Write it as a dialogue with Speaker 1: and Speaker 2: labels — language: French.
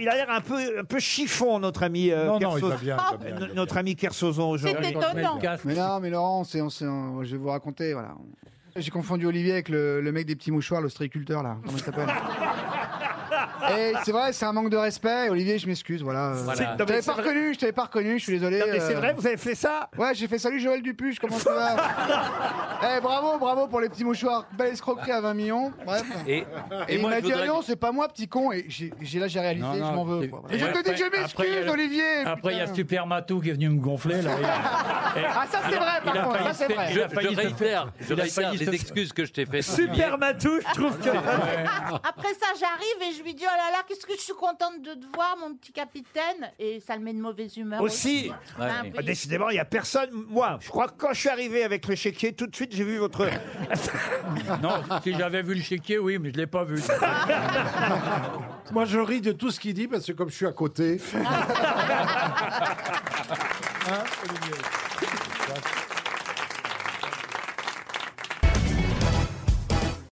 Speaker 1: il a l'air un peu, un peu chiffon, notre ami euh,
Speaker 2: Non, non, il
Speaker 1: Kersos-
Speaker 2: va bien, il va bien, il va
Speaker 1: no- notre ami Kersozon aujourd'hui.
Speaker 3: C'est étonnant.
Speaker 4: Mais non, mais Laurent, on s'est- on s'est- on- je vais vous raconter, voilà. J'ai confondu Olivier avec le, le mec des petits mouchoirs, l'ostréiculteur, là. Comment il s'appelle Et c'est vrai, c'est un manque de respect. Olivier, je m'excuse, voilà. euh,
Speaker 5: Voilà.
Speaker 1: Non,
Speaker 4: Je
Speaker 1: mais
Speaker 4: t'avais
Speaker 1: c'est
Speaker 4: pas
Speaker 1: vrai-
Speaker 4: reconnu, je t'avais pas reconnu, je suis désolé.
Speaker 1: Non, mais c'est
Speaker 4: euh,
Speaker 1: vrai, vous avez fait ça
Speaker 4: Ouais, j'ai fait salut Joël Dupuche, comment ça va Eh, bravo, bravo pour les petits mouchoirs. Belle escroquerie à 20 millions. Bref.
Speaker 5: Et,
Speaker 4: Et,
Speaker 5: et
Speaker 4: il
Speaker 5: moi,
Speaker 4: m'a
Speaker 5: je
Speaker 4: dit, ah
Speaker 5: voudrais-
Speaker 4: non, c'est pas moi, petit con. Et j'ai j'ai- là, j'ai réalisé,
Speaker 2: Non,
Speaker 4: je
Speaker 2: non,
Speaker 4: m'en veux.
Speaker 2: et-
Speaker 4: quoi.
Speaker 2: et
Speaker 4: Et je te
Speaker 5: après-
Speaker 4: dis, je
Speaker 5: après, il y a
Speaker 4: m'excuse,
Speaker 5: le-
Speaker 4: Olivier.
Speaker 6: Après, il y a
Speaker 1: Euh,
Speaker 4: putain.
Speaker 6: Super Matou qui est venu me gonfler. Là. Et-
Speaker 4: Ah, ça, c'est vrai, par
Speaker 6: il a
Speaker 4: contre,
Speaker 6: failli
Speaker 4: ça, c'est
Speaker 6: se-
Speaker 4: vrai.
Speaker 6: Il
Speaker 5: Je,
Speaker 6: a failli
Speaker 5: je
Speaker 6: se
Speaker 5: réitère, je
Speaker 6: il a
Speaker 5: réitère
Speaker 6: failli
Speaker 5: les
Speaker 6: se-
Speaker 5: excuses que je t'ai faites.
Speaker 1: Super Matou, je trouve que.
Speaker 2: Ah,
Speaker 3: Après ça, j'arrive et je lui dis Oh là là, qu'est-ce que je suis contente de te voir, mon petit capitaine. Et ça le met de mauvaise humeur.
Speaker 1: Aussi.
Speaker 3: Ah,
Speaker 5: Ouais.
Speaker 3: oui.
Speaker 1: Décidément, il n'y a personne. Moi, je crois que quand je suis arrivé avec le chéquier, tout de suite, j'ai vu votre.
Speaker 6: Non, si j'avais vu le chéquier, oui, mais je l'ai pas vu.
Speaker 2: Moi, je ris de tout ce qu'il dit parce que comme je suis à côté. Hein, Olivier